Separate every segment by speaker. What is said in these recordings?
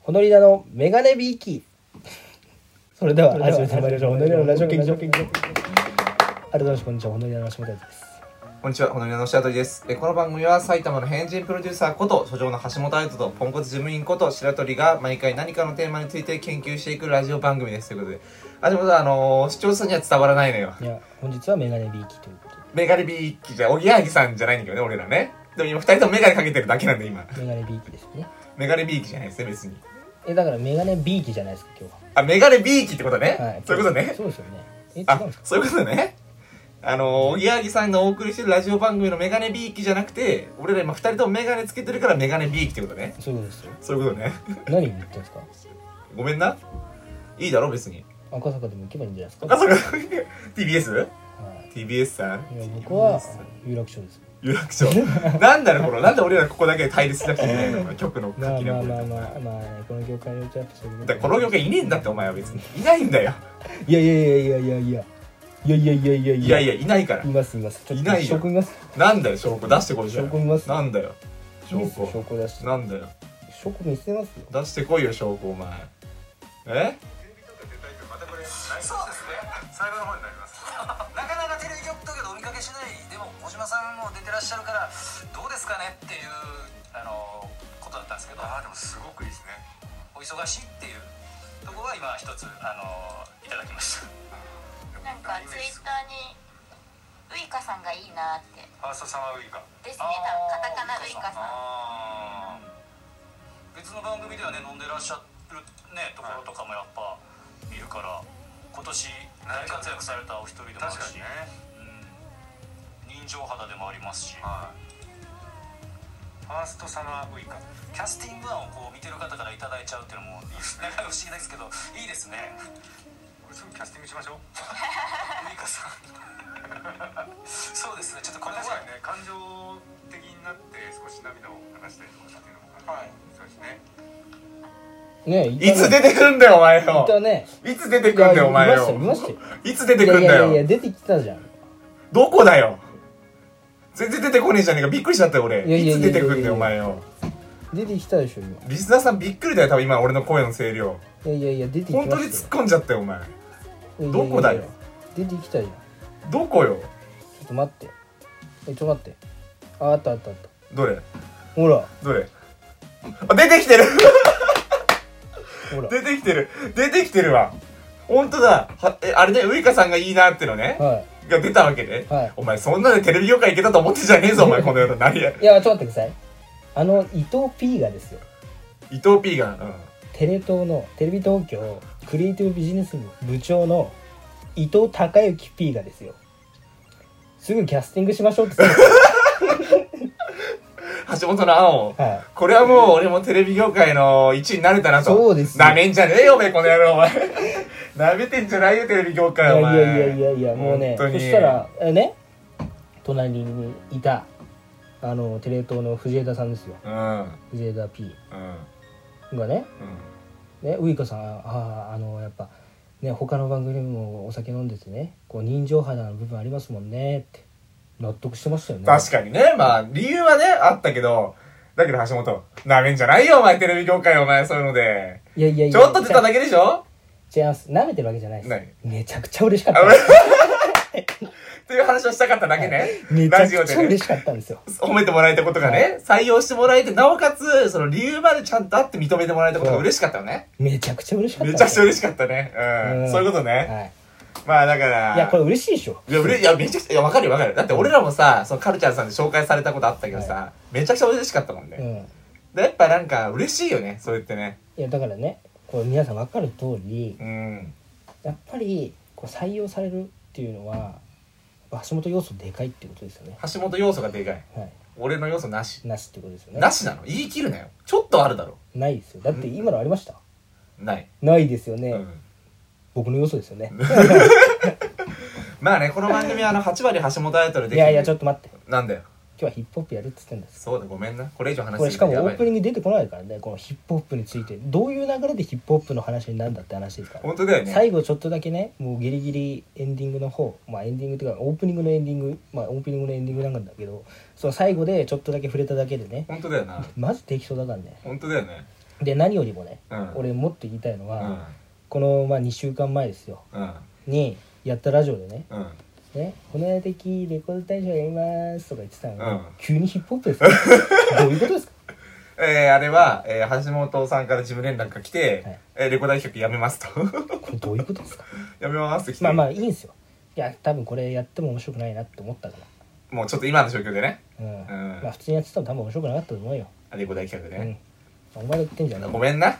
Speaker 1: ホノリナのメガネビーキそれでは
Speaker 2: それでは
Speaker 1: 始めてまいりましょうホノリナのラジオ劇場
Speaker 2: ラジオ
Speaker 1: 改
Speaker 2: 劇
Speaker 1: め
Speaker 2: 場
Speaker 1: ましてこんにちはホノリナの橋本です
Speaker 3: こんにちは、ホノリナの白鳥です。えこの番組は埼玉の変人プロデューサーこと、所長の橋本愛人と、ポンコツ事務員こと白鳥が毎回何かのテーマについて研究していくラジオ番組です。ということで、橋本は、あのー視聴者には伝わらないのよ。
Speaker 1: いや本日はメガネビーキというこ
Speaker 3: メガネビーキじゃ、おぎやはぎさんじゃないんだけどね、俺らね。でも今、二人ともメガネかけてるだけなんで、今。
Speaker 1: とでメガネビーキですね
Speaker 3: メガネビーキじゃないですね、別に。
Speaker 1: えだからメガネビーキじゃないですか今
Speaker 3: あ、メガネビーキってことね。
Speaker 1: 日は、はい、
Speaker 3: そういうことね。
Speaker 1: そうですよねえ違
Speaker 3: あ
Speaker 1: うんです、か
Speaker 3: そういうことね。あのー、おぎやはぎさんがお送りしてるラジオ番組のメガネビーキじゃなくて、俺ら今二人ともメガネつけてるからメガネビーキってことね。
Speaker 1: そういうことですよ
Speaker 3: そういうことね。
Speaker 1: 何言ってんですか
Speaker 3: ごめんな。いいだろ、別に。
Speaker 1: 赤坂でも行けばいいんじゃないですか
Speaker 3: 赤 坂 TBS?TBS
Speaker 1: は
Speaker 3: TBS さん
Speaker 1: いいや僕は
Speaker 3: TBS さん
Speaker 1: 有楽町です
Speaker 3: 有楽 町。なんだろ、この、なんで俺らここだけで対立しなくちゃいけないの か、曲の
Speaker 1: ま
Speaker 3: 書
Speaker 1: あ
Speaker 3: き
Speaker 1: まあ
Speaker 3: 直
Speaker 1: まあ
Speaker 3: りと
Speaker 1: まあ
Speaker 3: か。
Speaker 1: まあねこの業界のうちはやっぱそういうもん
Speaker 3: だからこの業界いねえんだって、お前は別に。いないんだよ。
Speaker 1: いやいやいやいやいやいやいやいやいやいや
Speaker 3: いや
Speaker 1: や
Speaker 3: いや、いないから
Speaker 1: い。ますいますちょっ
Speaker 3: い
Speaker 1: と
Speaker 3: ないよ
Speaker 1: 証拠います
Speaker 3: なんだよ、証拠出してこいじゃ
Speaker 1: 証拠見ます
Speaker 3: ん。なんだよ、証
Speaker 1: 証
Speaker 3: 拠。
Speaker 1: 拠出して
Speaker 3: なんだよ。
Speaker 1: 証拠見せますよ
Speaker 3: 出してこいよ、証拠、お前。え
Speaker 4: そうですね最後の方になりますなかなかテレビ局とかでお見かけしないでも小島さんも出てらっしゃるからどうですかねっていうあのことだったんですけどああでもすごくいいですねお忙しいっていうとこは今一つあのいただきました
Speaker 5: なんかツイッターにウイカさんがいいなって
Speaker 4: ファーストサマーウイカ
Speaker 5: ですね多分カタカナウイカさ
Speaker 4: あ
Speaker 5: ん
Speaker 4: ー別の番組ではね飲んでらっしゃるねところとかもやっぱ見るから今年大活躍されたお一人でもあるしうん、人情肌でもありますし、ファーストサマーウイカキャスティング案をこう見てる方から頂いただいちゃうっていうのも なかなか不思議ですけどいいですねこれすぐキャスティングしましょう ウイカさん そうですねちょっとこれはね感情的になって少し涙を流したりとかっていうのもはいそうですね
Speaker 1: ねえい
Speaker 3: いつ出てくんだよ、お前
Speaker 1: いた
Speaker 3: よ。
Speaker 1: ね
Speaker 3: いつ出てくんだよ、お前
Speaker 1: いやいました
Speaker 3: よ。
Speaker 1: よいましたよ
Speaker 3: いつ出てくんだ
Speaker 1: いやいやいや
Speaker 3: よ。
Speaker 1: 出てきたじゃん
Speaker 3: どこだよ。全然出てこねえじゃねえか。びっくりしちゃったよ、俺。
Speaker 1: いやい
Speaker 3: い
Speaker 1: やいやいや
Speaker 3: つ出
Speaker 1: いや
Speaker 3: てくんだよ、お前よ。
Speaker 1: 出てきたでしょ今
Speaker 3: リスナーさんびっくりだよ、多分今、俺の声の声量。
Speaker 1: いやいやいや出てきま
Speaker 3: 本
Speaker 1: した
Speaker 3: 当
Speaker 1: よ
Speaker 3: に突っ込んじゃったよ、お前。
Speaker 1: いやいやいや
Speaker 3: どこだよ
Speaker 1: 出てきたじゃんち
Speaker 3: どこよ。
Speaker 1: ょっと待ってえちょっと待ってああったあったあった
Speaker 3: どれ
Speaker 1: ほら
Speaker 3: どれあ、出てきてる
Speaker 1: ほら
Speaker 3: 出てきてる出てきてるわ本当だはえあれね、ウイカさんがいいなってのね、
Speaker 1: は
Speaker 3: が出たわけね、
Speaker 1: はい
Speaker 3: お前そんなでテレビ業界行けたと思ってんじゃねえぞ、お前この世の何や。
Speaker 1: いいやちょっと待ってくださいあの伊藤 P がですよ
Speaker 3: 伊藤 P が、うん。
Speaker 1: テレ東のテレビ東京クリエイティブビジネス部部長の伊藤孝之 P がですよすぐキャスティングしましょうって言って
Speaker 3: 橋本の案を。
Speaker 1: たはい
Speaker 3: これはもう俺もテレビ業界の一位になれたなと。
Speaker 1: そうですよ
Speaker 3: なめんじゃねえよ、お前この野郎、お前。なめてんじゃないよ、テレビ業
Speaker 1: い
Speaker 3: 界、お
Speaker 1: や
Speaker 3: 前。
Speaker 1: いやいやいやいやもうねそ
Speaker 3: 本当に
Speaker 1: したらえね隣にいたあのテレ東の藤枝さんですよ
Speaker 3: うん、うん、
Speaker 1: 藤枝 P
Speaker 3: うん。
Speaker 1: がねねウイカさんあああのやっぱね他の番組でもお酒飲んでてねこう人情肌の部分ありますもんねって納得してましたよね
Speaker 3: 確かにね、まあ、理由はね、あったけど、だけど橋本、なめんじゃないよ、お前、テレビ業界、お前、そういうので。
Speaker 1: いやいやいや
Speaker 3: ちょっと出ただけでしょ
Speaker 1: 違います舐めてるわけじゃないです
Speaker 3: 何
Speaker 1: めちゃくちゃ嬉しかっ
Speaker 3: あ
Speaker 1: た
Speaker 3: 俺っていう話をしたかっただけね。
Speaker 1: めちゃ
Speaker 3: ラ
Speaker 1: く
Speaker 3: ジオ
Speaker 1: ちゃ
Speaker 3: でね
Speaker 1: 嬉。しかったんですよ
Speaker 3: 褒めてもらえたことがね、採用してもらえて、なおかつ、その理由までちゃんとあって認めてもらえたことが嬉しかったよね。
Speaker 1: めちゃくちゃ嬉しかった
Speaker 3: めちゃくちゃ
Speaker 1: 嬉し
Speaker 3: 嬉しかったね。う
Speaker 1: うん
Speaker 3: ん。そういうこと
Speaker 1: い、
Speaker 3: ね。
Speaker 1: はい
Speaker 3: まあだから。
Speaker 1: いやこれ嬉しいでしょ
Speaker 3: いや、うれいや、めちゃくちゃ、いや、わかるよわかるよ。だって俺らもさ、そのカルチャーさんで紹介されたことあったけどさ、めちゃくちゃ嬉しかったもん
Speaker 1: う
Speaker 3: ね。
Speaker 1: ん
Speaker 3: でやっぱなんか、嬉しいよね、それってね。
Speaker 1: いやだからねこれ皆さん分かる通り
Speaker 3: うん。
Speaker 1: やっぱりこう採用されるっていうのはやっぱ橋本要素でかいってことですよね
Speaker 3: 橋本要素がでかい。
Speaker 1: はい
Speaker 3: 俺の要素なし。
Speaker 1: なしってことですよね
Speaker 3: なしなの言い切るなよ。ちょっとあるだろ。
Speaker 1: ないですよだって今のありました
Speaker 3: ない。
Speaker 1: ないですよね、
Speaker 3: うん。
Speaker 1: 僕の要素ですよね
Speaker 3: まあね、この番組はあの、8割橋本アイドルで。
Speaker 1: いやいやちょっと待って
Speaker 3: なんだよ。
Speaker 1: 今日はヒップホップやるっつってんです
Speaker 3: そうだ、ごめんな。これ以上話
Speaker 1: これしかもオープニ
Speaker 3: ング。
Speaker 1: ング出てこないからねこのヒップホップについてどういう流れでヒップホップの話になるんだって話ですから
Speaker 3: 本当だよね。
Speaker 1: 最後ちょっとだけねもうギリギリエンディングの方まあエンディングっていうかオープニングのエンディングまあオープニングのエンディングなんだけどその最後でちょっとだけ触れただけでね
Speaker 3: 本当だよな。
Speaker 1: マジできそうだからね
Speaker 3: 本当だよね。
Speaker 1: で何よりもね、
Speaker 3: うん
Speaker 1: 俺もっと言いたいの
Speaker 3: う
Speaker 1: は、
Speaker 3: ん
Speaker 1: この、まあ、2週間前ですよ
Speaker 3: うん
Speaker 1: にやったラジオでね
Speaker 3: う
Speaker 1: 「
Speaker 3: ん
Speaker 1: ね骨的レコード大賞やります」とか言ってたのに、
Speaker 3: うん
Speaker 1: 急にヒップホップです かどういうことですか
Speaker 3: えー、あれは、えー、橋本さんから事務連絡が来て、
Speaker 1: はい
Speaker 3: えーレコ大企画やめますと
Speaker 1: これどういうことですか
Speaker 3: やめますって来て、
Speaker 1: まあまあいいんですよいや多分これやっても面白くないなって思ったか
Speaker 3: もうちょっと今の状況でね
Speaker 1: らうん、
Speaker 3: うん
Speaker 1: まあ普通にやってたら多分面白くなかったと思うよ、
Speaker 3: レコ大企画
Speaker 1: う
Speaker 3: で
Speaker 1: ん
Speaker 3: ね、
Speaker 1: お前が言ってんじゃねえ
Speaker 3: ごめんな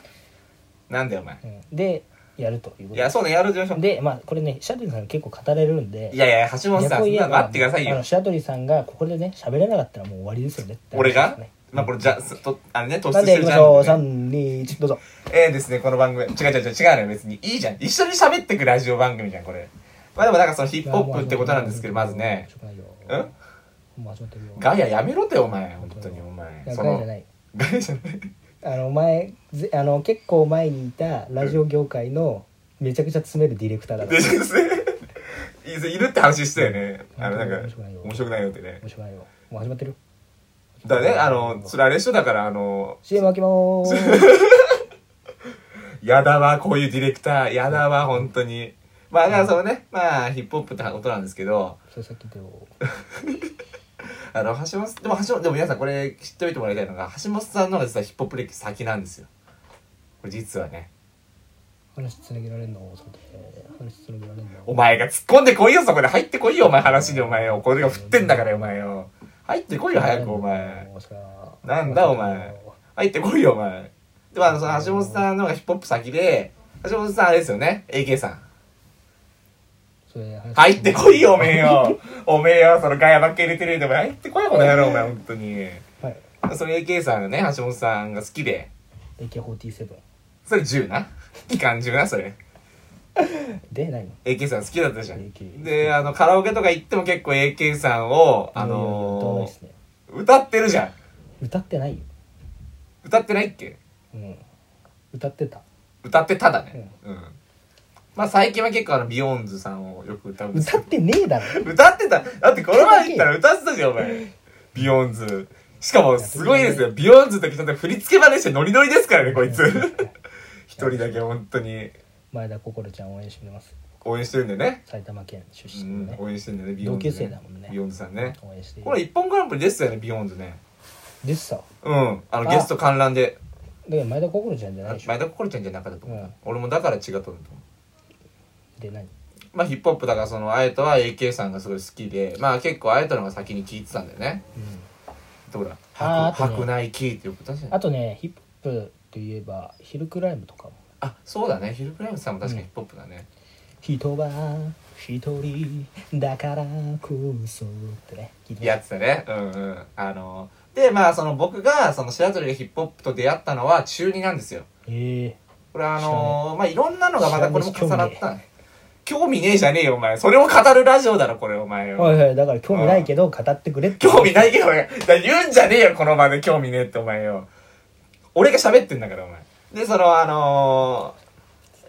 Speaker 3: なんだよお前
Speaker 1: うん、でやるというこ
Speaker 3: い
Speaker 1: とで
Speaker 3: やそうねやるでしょ
Speaker 1: でまあこれねシャドリさん結構語れるんで
Speaker 3: いやいや橋本さん
Speaker 1: 逆を
Speaker 3: そん
Speaker 1: 言えば
Speaker 3: なの待ってください
Speaker 1: あの
Speaker 3: よ
Speaker 1: シャドリさんがここでね喋れなかったらもう終わりですよねって話
Speaker 3: 俺が、
Speaker 1: ですね
Speaker 3: まあこれじゃすとあれね突出
Speaker 1: なんで
Speaker 3: して
Speaker 1: やり
Speaker 3: る
Speaker 1: まし
Speaker 3: じゃ
Speaker 1: ょう
Speaker 3: ん、ね、
Speaker 1: 321どうぞ
Speaker 3: えー、ですねこの番組違う違う違う違うのよ別にいいじゃん一緒に喋ってくラジオ番組じゃんこれまあでもなんかそのヒップホップってことなんですけどまずね
Speaker 1: うんもう始まってるよ
Speaker 3: ガヤやめろってお前本当にお前
Speaker 1: いや
Speaker 3: そ
Speaker 1: ガヤじゃ
Speaker 3: の
Speaker 1: ない
Speaker 3: ガヤじゃない
Speaker 1: あの前ぜあの結構前にいたラジオ業界のめちゃくちゃ詰めるディレクターだから
Speaker 3: で先生いるいるって話したよねあのなんか
Speaker 1: 面白くないよ
Speaker 3: 面白くないよってね
Speaker 1: 面白いよもう始まってる
Speaker 3: だからねあのそれあれでしょだからあの
Speaker 1: CM 開けまーす
Speaker 3: やだわこういうディレクターやだわ本当にまあだからそのねまあヒップホップってことなんですけど
Speaker 1: それさっき言ったよ
Speaker 3: あの橋本でも橋本でも皆さんこれ知っておいてもらいたいのが橋本さんの方が実はヒップホップ歴先なんですよこれ実はね
Speaker 1: 話つなげられんのそれで話つなげられんの
Speaker 3: お前が突っ込んでこいよそこで入ってこいよお前話にお前よこれが振ってんだからよお前よ入ってこいよ早くお前
Speaker 1: もうさ
Speaker 3: なんだお前入ってこいよお前でもあのその橋本さんの方がヒップホップ先で橋本さんあれですよね AK さん
Speaker 1: それ話
Speaker 3: 入ってこいよおめえ よおめえよそのガヤばっか入れてるよでも入ってこいよこの野郎お前本当に
Speaker 1: はい
Speaker 3: その AK さんがね橋本さんが好きで
Speaker 1: AK47
Speaker 3: それ10な期間10なそれ
Speaker 1: で何
Speaker 3: AK さん好きだったじゃん
Speaker 1: AK
Speaker 3: であのカラオケとか行っても結構 AK さんをあ
Speaker 1: 歌わない
Speaker 3: の
Speaker 1: ですね
Speaker 3: ー歌ってるじゃん
Speaker 1: 歌ってないよ
Speaker 3: 歌ってないっけ
Speaker 1: うん歌ってた
Speaker 3: 歌ってただねうんまあ最近は結構あのビヨーンズさんをよく 歌うんです
Speaker 1: 歌
Speaker 3: けど
Speaker 1: ってねえだろ
Speaker 3: 歌ってただってこの前行ったら歌ってたじゃんお前ビヨーンズしかもすごいですよビヨーンズってちょっと振り付けまでしてノリノリですからねこいつ一人だけ本当に
Speaker 1: 前田心ちゃん応援してます
Speaker 3: 応援してるんでね、
Speaker 1: 埼玉県出
Speaker 3: う
Speaker 1: 身の
Speaker 3: ん
Speaker 1: ね、
Speaker 3: 応援してるんでねビヨーンズ、ね、
Speaker 1: 同級生だもんね
Speaker 3: ビヨーンズさんね
Speaker 1: 応援している
Speaker 3: これ一本グランプリですよねビヨーンズね
Speaker 1: ですさ
Speaker 3: うんあのゲスト観覧で
Speaker 1: だから前田心ちゃんじゃないでしょ
Speaker 3: 前田心ちゃんじゃなかったと思う、
Speaker 1: うん
Speaker 3: 俺もだから違ったんだと思う
Speaker 1: で何
Speaker 3: まあヒップホップだからそのあやとは AK さんがすごい好きでまあ結構あやとの方が先に聞いてたんだよね
Speaker 1: うん
Speaker 3: ほら「
Speaker 1: あー
Speaker 3: 白
Speaker 1: あとね
Speaker 3: 白内キー」ってよく確かに
Speaker 1: あとねヒップホップといえばヒルクライムとかも
Speaker 3: あそうだねヒルクライムさんも確かにヒップホップだね、
Speaker 1: 人は一人だからこそってね聞いてま
Speaker 3: やってたねうんうんあのでまあその僕がその白鳥がヒップホップと出会ったのは中2なんですよ
Speaker 1: すええ
Speaker 3: これはあのまあいろんなのがまたこれも重なっ
Speaker 1: 知
Speaker 3: た興味ねえじゃねえよお前それを語るラジオだろこれお前よ
Speaker 1: はいはいだから興味ないけど語ってくれって
Speaker 3: 興味ないけどねだから言うんじゃねえよこの場で興味ねえってお前よ俺が喋ってんだからお前でそのあのー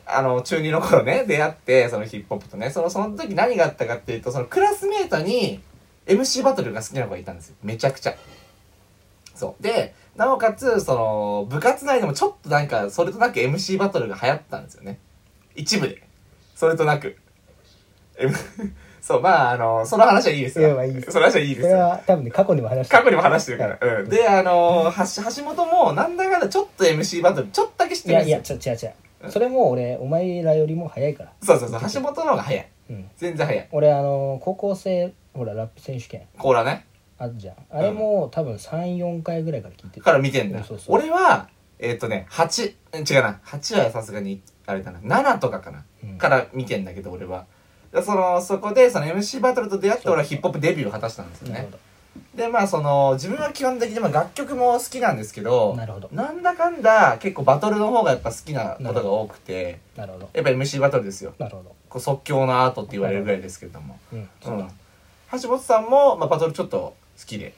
Speaker 3: あの中2の頃ね出会ってそのヒップホップとねそのその時何があったかっていうとそのクラスメートに MC バトルが好きな子がいたんですよめちゃくちゃそうでなおかつその部活内でもちょっとなんかそれとなく MC バトルが流行ったんですよね一部でそれとなく M そうまああのその話はいいです
Speaker 1: い
Speaker 3: よ
Speaker 1: やまあいいです
Speaker 3: その話はいい
Speaker 1: そ
Speaker 3: です
Speaker 1: れ
Speaker 3: よ
Speaker 1: は多分ね過去にも話した
Speaker 3: 過去にも話してるから。
Speaker 1: はい
Speaker 3: うん。で、あのー、橋橋本も、なんだかんだちょっと MC バトル、ちょっとだけ知っ
Speaker 1: い
Speaker 3: てる
Speaker 1: や
Speaker 3: ん
Speaker 1: い
Speaker 3: です
Speaker 1: や
Speaker 3: よ。
Speaker 1: 違う違う違うそれも俺お前らよりも早いから
Speaker 3: そうそうそう、橋本の方が早い。
Speaker 1: うん
Speaker 3: 全然早い。
Speaker 1: 俺あの高校生ほらラップ選手権
Speaker 3: コーラね。
Speaker 1: あるじゃんあれも多分34回ぐらいから聞いてる
Speaker 3: から見てんだよ
Speaker 1: そう。そう
Speaker 3: 俺は、えっとね、8、うん違うな。8はさすがに、あれだな。7とかかな。
Speaker 1: うん
Speaker 3: から見てんだけど、俺は。でその、そこで、その MC バトルと出会って、俺はヒップホップデビューを果たしたんですよ
Speaker 1: なる
Speaker 3: ね
Speaker 1: ほ。ど
Speaker 3: で、まあ、その、自分は基本的に、まあ、楽曲も好きなんですけど、
Speaker 1: なるほど
Speaker 3: なんだかんだ、結構バトルの方がやっぱ好きなことが多くて、
Speaker 1: なるほど
Speaker 3: やっぱ MC バトルですよ。
Speaker 1: なるほど
Speaker 3: こう即興のアートって言われるぐらいですけれども、
Speaker 1: うん
Speaker 3: う
Speaker 1: そうだ
Speaker 3: ん、橋本さんも、まあ、バトルちょっと好きで、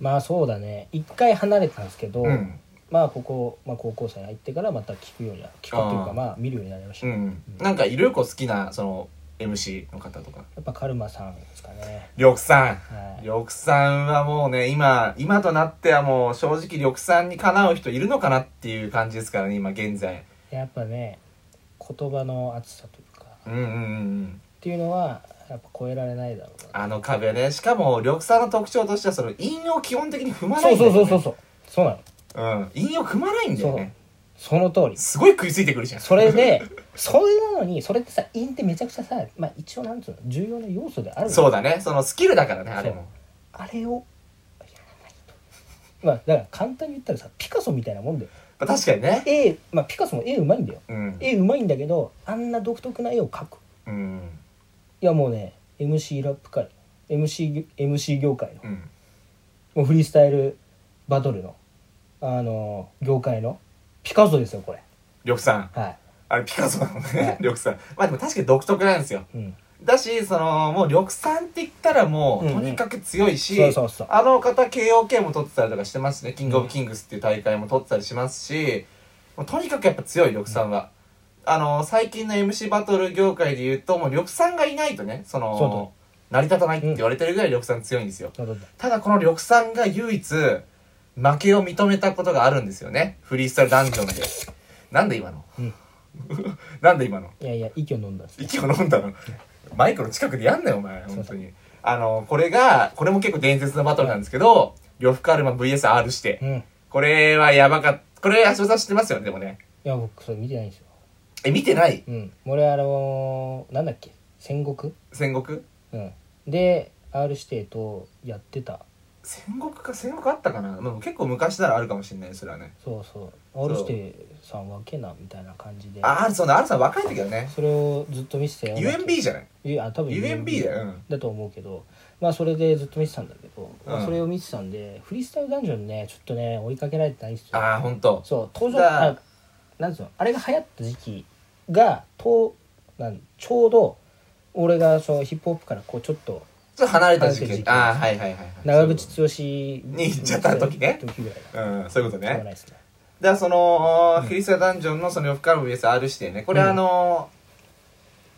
Speaker 1: まあそうだね一回離れたんですけど
Speaker 3: うん
Speaker 1: まあここまあ高校生に入ってからまた聞くようにな聞くという
Speaker 3: あー
Speaker 1: かまあ見るようになりまし
Speaker 3: う
Speaker 1: た
Speaker 3: ん、なんかいろいろこう好きなその MC の方とか
Speaker 1: やっぱカルマさんですかね
Speaker 3: 緑さん
Speaker 1: はい
Speaker 3: 緑さんはもうね今今となってはもう正直緑さんにかなう人いるのかなっていう感じですからね今現在
Speaker 1: やっぱね言葉の厚さというかっ
Speaker 3: うんうんうんうん
Speaker 1: ていうのはやっぱ超えられないだろうな
Speaker 3: あの壁ねしかも緑さんの特徴としてはその陰を基本的に踏まな
Speaker 1: そ
Speaker 3: い
Speaker 1: うん
Speaker 3: だよ
Speaker 1: そ
Speaker 3: ね
Speaker 1: うそうそうそうそうなの
Speaker 3: うん陰を踏まないんだよね
Speaker 1: その通り
Speaker 3: すごい食いついてくるじゃん
Speaker 1: それでそれなのにそれってさ陰ってめちゃくちゃさまあ一応なんつうの重要な要素である
Speaker 3: そううだねそのスキルだからねあれも
Speaker 1: あれをやらないとまあだから簡単に言ったらさピカソみたいなもんだよ
Speaker 3: まあ確かにね
Speaker 1: A まあピカソも絵うまいんだよ
Speaker 3: うん
Speaker 1: 絵うまいんだけどあんな独特な絵を描く
Speaker 3: うん
Speaker 1: いやもうね MC ラップ界 MC, MC 業界の
Speaker 3: うん
Speaker 1: もうフリースタイルバトルのあの業界のピカソですよこれ
Speaker 3: 緑さん
Speaker 1: は
Speaker 3: あれピカソなの
Speaker 1: はい
Speaker 3: ね緑さんまあでも確かに独特なんですよ
Speaker 1: い、うん、
Speaker 3: だしそのもう緑さんって言ったらもう、
Speaker 1: うんうん
Speaker 3: とにかく強いし
Speaker 1: そうそうそう
Speaker 3: あの方 KOK も取ってたりとかしてますしねキングオブキングスっていう大会も取ってたりしますし、もうとにかくやっぱ強い緑さんは、あの最近の MC バトル業界で言うともう緑さんがいないとねその
Speaker 1: そうだ
Speaker 3: 成り立たないって言われてるぐらい緑さん強いんですよ、
Speaker 1: なるほど
Speaker 3: ただこの緑さんが唯一負けを認めたことがあるんですよねフリースタイルダンジョンでなんで今の、
Speaker 1: うん
Speaker 3: なんで今の
Speaker 1: いやいや息を飲んだんですね
Speaker 3: 息を飲んだのマイクの近くでやんなよお前
Speaker 1: すい
Speaker 3: 本
Speaker 1: ませ
Speaker 3: 当
Speaker 1: ん
Speaker 3: にあのこれがこれも結構伝説のバトルなんですけど呂布カルマ VSR して、
Speaker 1: うんい
Speaker 3: これはやばかったこれ橋本さん知ってますよねでもね
Speaker 1: や僕それ見てないんですよ
Speaker 3: え見てない
Speaker 1: うん俺あのーなんだっけ戦国
Speaker 3: 戦国
Speaker 1: うんで R 指定とやってた
Speaker 3: 戦国か戦国あったかな、まあ、結構昔ならあるかもしれないそれはね
Speaker 1: そうそう R 指定さん分けなみたいな感じで
Speaker 3: ああそうだあるさん若い時だね
Speaker 1: それをずっと見せてよ
Speaker 3: UMB じゃない
Speaker 1: いや多分
Speaker 3: UMB だようん
Speaker 1: だと思うけどまあそれでずっと見てたんだけど、ま
Speaker 3: う
Speaker 1: あ、
Speaker 3: ん
Speaker 1: それを見てたんでフリースタイルダンジョンねちょっとね追いかけられてないんですよ
Speaker 3: ああほんと
Speaker 1: そう登場
Speaker 3: だ
Speaker 1: あなんつうのあれが流行った時期がとなんちょうど俺がそのヒップホップからこうちょっと
Speaker 3: ちょっと離れた時
Speaker 1: 離れた時
Speaker 3: 期
Speaker 1: 期
Speaker 3: ああはいはいはいはい
Speaker 1: 長渕剛
Speaker 3: に行っちゃった時ね
Speaker 1: 時ぐらいだ
Speaker 3: うんそういうこと
Speaker 1: しょうが
Speaker 3: ね
Speaker 1: ないですね
Speaker 3: だからその、フィリスタダンジョンのその夜深の VS R してねこれ
Speaker 1: うん
Speaker 3: あの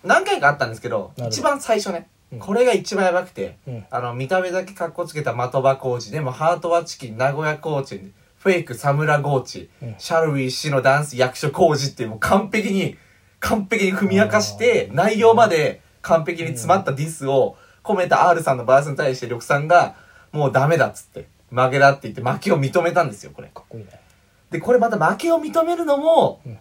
Speaker 3: ー何回かあったんですけど
Speaker 1: なるほど
Speaker 3: 一番最初ね、
Speaker 1: うん
Speaker 3: これが一番やばくて、
Speaker 1: うん
Speaker 3: あの見た目だけかっこつけた的場コーチでもハートはチキン名古屋コーチフェイクサムラゴーチ、
Speaker 1: うん
Speaker 3: シャルウィー氏のダンス役所コーチっていうもう完璧に完璧に踏み明かして内容まで完璧に詰まったディスを込めた R さんのバースに対して緑さんがもうダメだっつって負けだって言って負けを認めたんですよこれ。
Speaker 1: かっこいいね
Speaker 3: でこれまた負けを認めるのも、
Speaker 1: うん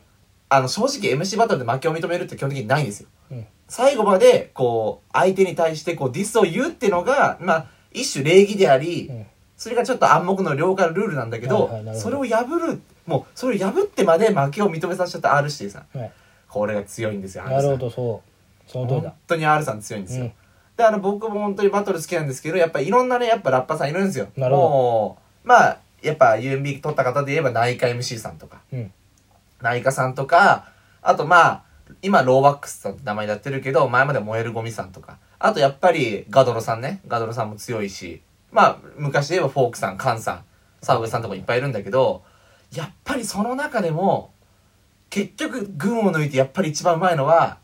Speaker 3: あの正直 MC バトルで負けを認めるって基本的にないんですよ
Speaker 1: うん
Speaker 3: 最後までこう相手に対してこうディスを言うってのがまあ一種礼儀であり、
Speaker 1: うん
Speaker 3: それがちょっと暗黙の了解のルールなんだけど,、
Speaker 1: はいはいなるほ
Speaker 3: そ
Speaker 1: ど
Speaker 3: れを破るもうそれを破ってまで負けを認めさせちゃった R 指定さん
Speaker 1: はい
Speaker 3: これが強いんですよ R さ
Speaker 1: なんるほどそうその通り
Speaker 3: 本
Speaker 1: だ
Speaker 3: 当に R さん強いんですよ、
Speaker 1: うん
Speaker 3: であの僕も本当にバトル好きなんですけどやっぱいろんなねやっぱラッパーさんいるんですよ
Speaker 1: なるほど
Speaker 3: もうまあやっぱ UMB 取った方で言えば内科 MC さんとか
Speaker 1: うん
Speaker 3: 内科さんとか、あとまあ、今、ローワックスさんって名前でやってるけど、前まで燃えるゴミさんとか、あとやっぱり、ガドロさんね。ガドロさんも強いし、まあ、昔で言えばフォークさん、カンさん、サウエさんとかいっぱいいるんだけど、やっぱりその中でも、結局、群を抜いてやっぱり一番うまいのは、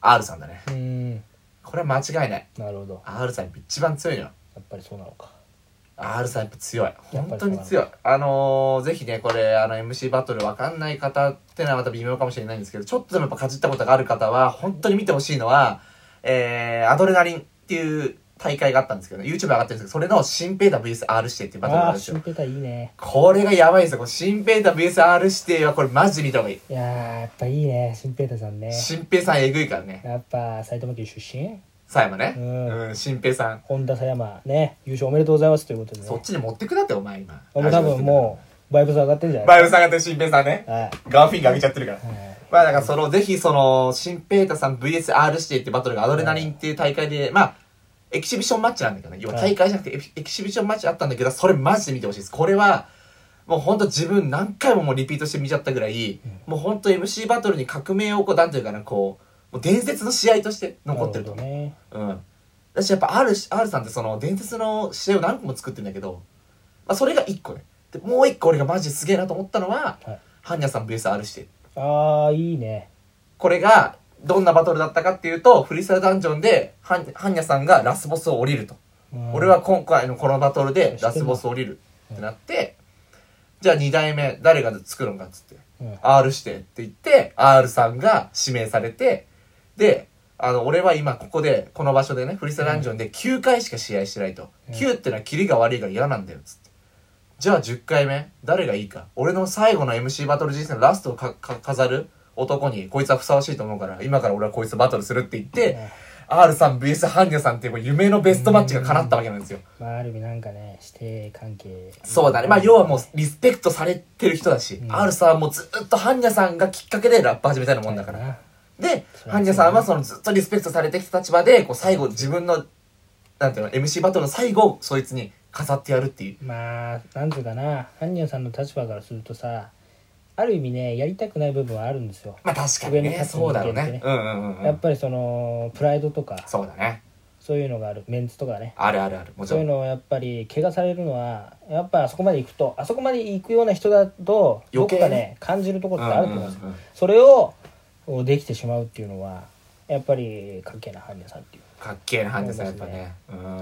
Speaker 3: R さんだね。
Speaker 1: うーん
Speaker 3: これは間違いない。
Speaker 1: なるほど
Speaker 3: R さんやっぱ一番強いのよ。
Speaker 1: やっぱりそうなのか
Speaker 3: R さんやっぱ強い
Speaker 1: やっぱ
Speaker 3: 本
Speaker 1: り
Speaker 3: 当
Speaker 1: そうなの
Speaker 3: に強いあのー、ぜひねこれあの MC バトルわかんない方ってのはまた微妙かもしれないんですけどちょっとでもやっぱかじったことがある方は本当に見てほしいのはえー、アドレナリンっていう大会があったんですけど、ね、YouTube 上がってるんですけどそれの新ペータ VSR 指定っていうバトル
Speaker 1: あ
Speaker 3: がある
Speaker 1: あ
Speaker 3: んですよ
Speaker 1: 新ペタいいね
Speaker 3: これがやばいですよこの新ペータ VSR 指定はこれマジで見た方がいい
Speaker 1: いやーやっぱいいね新ペタさんね
Speaker 3: 新平さんえぐいからね
Speaker 1: やっぱ埼玉県出身
Speaker 3: 佐山ね
Speaker 1: うん
Speaker 3: うん新平さん
Speaker 1: 本田狭山ね優勝おめでとうございますということでね
Speaker 3: そっちに持ってくなってお前今
Speaker 1: 俺多分もうバイブス上がってるんじゃ
Speaker 3: う
Speaker 1: ない
Speaker 3: バイブさんがって新平さんね
Speaker 1: はい
Speaker 3: ガーフィンが上げちゃってるから
Speaker 1: はい
Speaker 3: まあだからその、ぜひその、新ペータさん VSR 指定ってバトルがアドレナリンっていう大会で、まあ、エキシビションマッチなんだけどね。要は大会じゃなくてエキエキシビションマッチあったんだけど、それマジで見てほしいです。これは、もうほんと自分何回ももうリピートして見ちゃったぐらい、もうほんと MC バトルに革命をこう、なんていうかな、こう、もう伝説の試合として残ってると
Speaker 1: な
Speaker 3: 思う。
Speaker 1: ほどね
Speaker 3: うん。だしやっぱ R, R さんってその伝説の試合を何個も作ってるんだけど、まあそれが1個ね。で、もう1個俺がマジですげえなと思ったのは、
Speaker 1: はい
Speaker 3: ハンニャさん VSR 指定。
Speaker 1: ああいいね
Speaker 3: これがどんなバトルだったかっていうと、フリスタダンジョンで、ハンハンニャさんがラスボスを降りると。
Speaker 1: うん
Speaker 3: 俺は今回のこのバトルでラスボス降りるってなって、じゃあ2代目誰が作るんかっつって、
Speaker 1: うん
Speaker 3: R してって言って、R さんが指名されて、で、あの、俺は今ここで、この場所でね、フリスタダンジョンで9回しか試合してないと。
Speaker 1: うん
Speaker 3: 9ってのはキリが悪いから嫌なんだよ、つって。じゃあ10回目、誰がいいか。俺の最後の MC バトル人生のラストをかか飾る男に、こいつはふさわしいと思うから、今から俺はこいつとバトルするって言って、R さん VS ハンニャさんっていう夢のベストマッチが叶ったわけなんですよ。
Speaker 1: まあある意味なんかね指定関係
Speaker 3: そうだね。まあ、要はもう、リスペクトされてる人だし、
Speaker 1: うん
Speaker 3: R さんはもうずっとハンニャさんがきっかけでラップ始めたようなもんだから。で、ハンニャさんはそのずっとリスペクトされてきた立場で、こう最後自分の、なんていうの、MC バトルの最後をそいつに飾ってやるっていう。
Speaker 1: まあなんていうかなハンニャさんの立場からするとさある意味ねやりたくない部分はあるんですよ、
Speaker 3: まあ確かに
Speaker 1: 上の
Speaker 3: ね、
Speaker 1: 立場
Speaker 3: そうだろう
Speaker 1: の意見
Speaker 3: ね
Speaker 1: っ。て
Speaker 3: うんうんうんう
Speaker 1: やっ
Speaker 3: ん。
Speaker 1: ぱりそのプライドとか
Speaker 3: そうだね。
Speaker 1: そういうのがあるメンツとかね
Speaker 3: あるあるある。もち
Speaker 1: そうい
Speaker 3: ろ。
Speaker 1: うんのをやっぱり怪我されるのはやっぱあそこまで行くとあそこまで行くような人だとど
Speaker 3: 余
Speaker 1: こ
Speaker 3: 計
Speaker 1: かね感じるところってあると思うんですよ、
Speaker 3: うんうんうん
Speaker 1: それをこうできてしまうっていうのはやっぱりかっけえなハンニャさんっていう、
Speaker 3: かっけえなハンニャさんやっぱね。うん
Speaker 1: う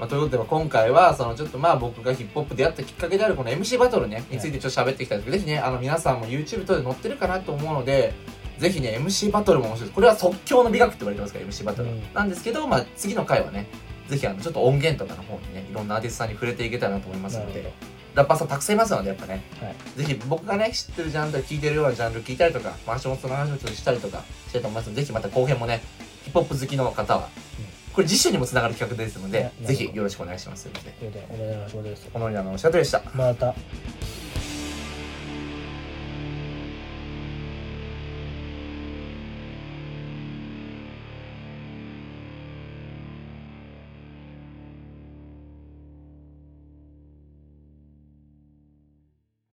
Speaker 3: まあ、ということで今回はそのちょっとまあ僕がヒップホップでやったきっかけであるこの MC バトルねについてちょっと喋ってきたんですけど、ぜひねあの皆さんも YouTube 等で載ってるかなと思うのでぜひね MC バトルも面白いですこれは即興の美学って言われてますから MC バトルは、
Speaker 1: うん
Speaker 3: なんですけど、まあ、次の回はねぜひあのちょっと音源とかの方にねいろんなアーティストさんに触れていけたらなと思います
Speaker 1: なる
Speaker 3: の
Speaker 1: ほど
Speaker 3: でラッパーさんたくさんいますのでやっぱね
Speaker 1: はい
Speaker 3: ぜひ僕がね知ってるジャンル聞いてるようなジャンル聞いたりとかマンションその話をちょっとしたりとかしたいと思いますのでぜひまた後編もねヒップホップ好きの方は、これ次週にもつながる企画ですの
Speaker 1: いや
Speaker 3: で
Speaker 1: なるほど
Speaker 3: ぜひよろしくお願いしますということで
Speaker 1: ということでおめでとうございます
Speaker 3: 小野里奈のシャトルでした
Speaker 1: また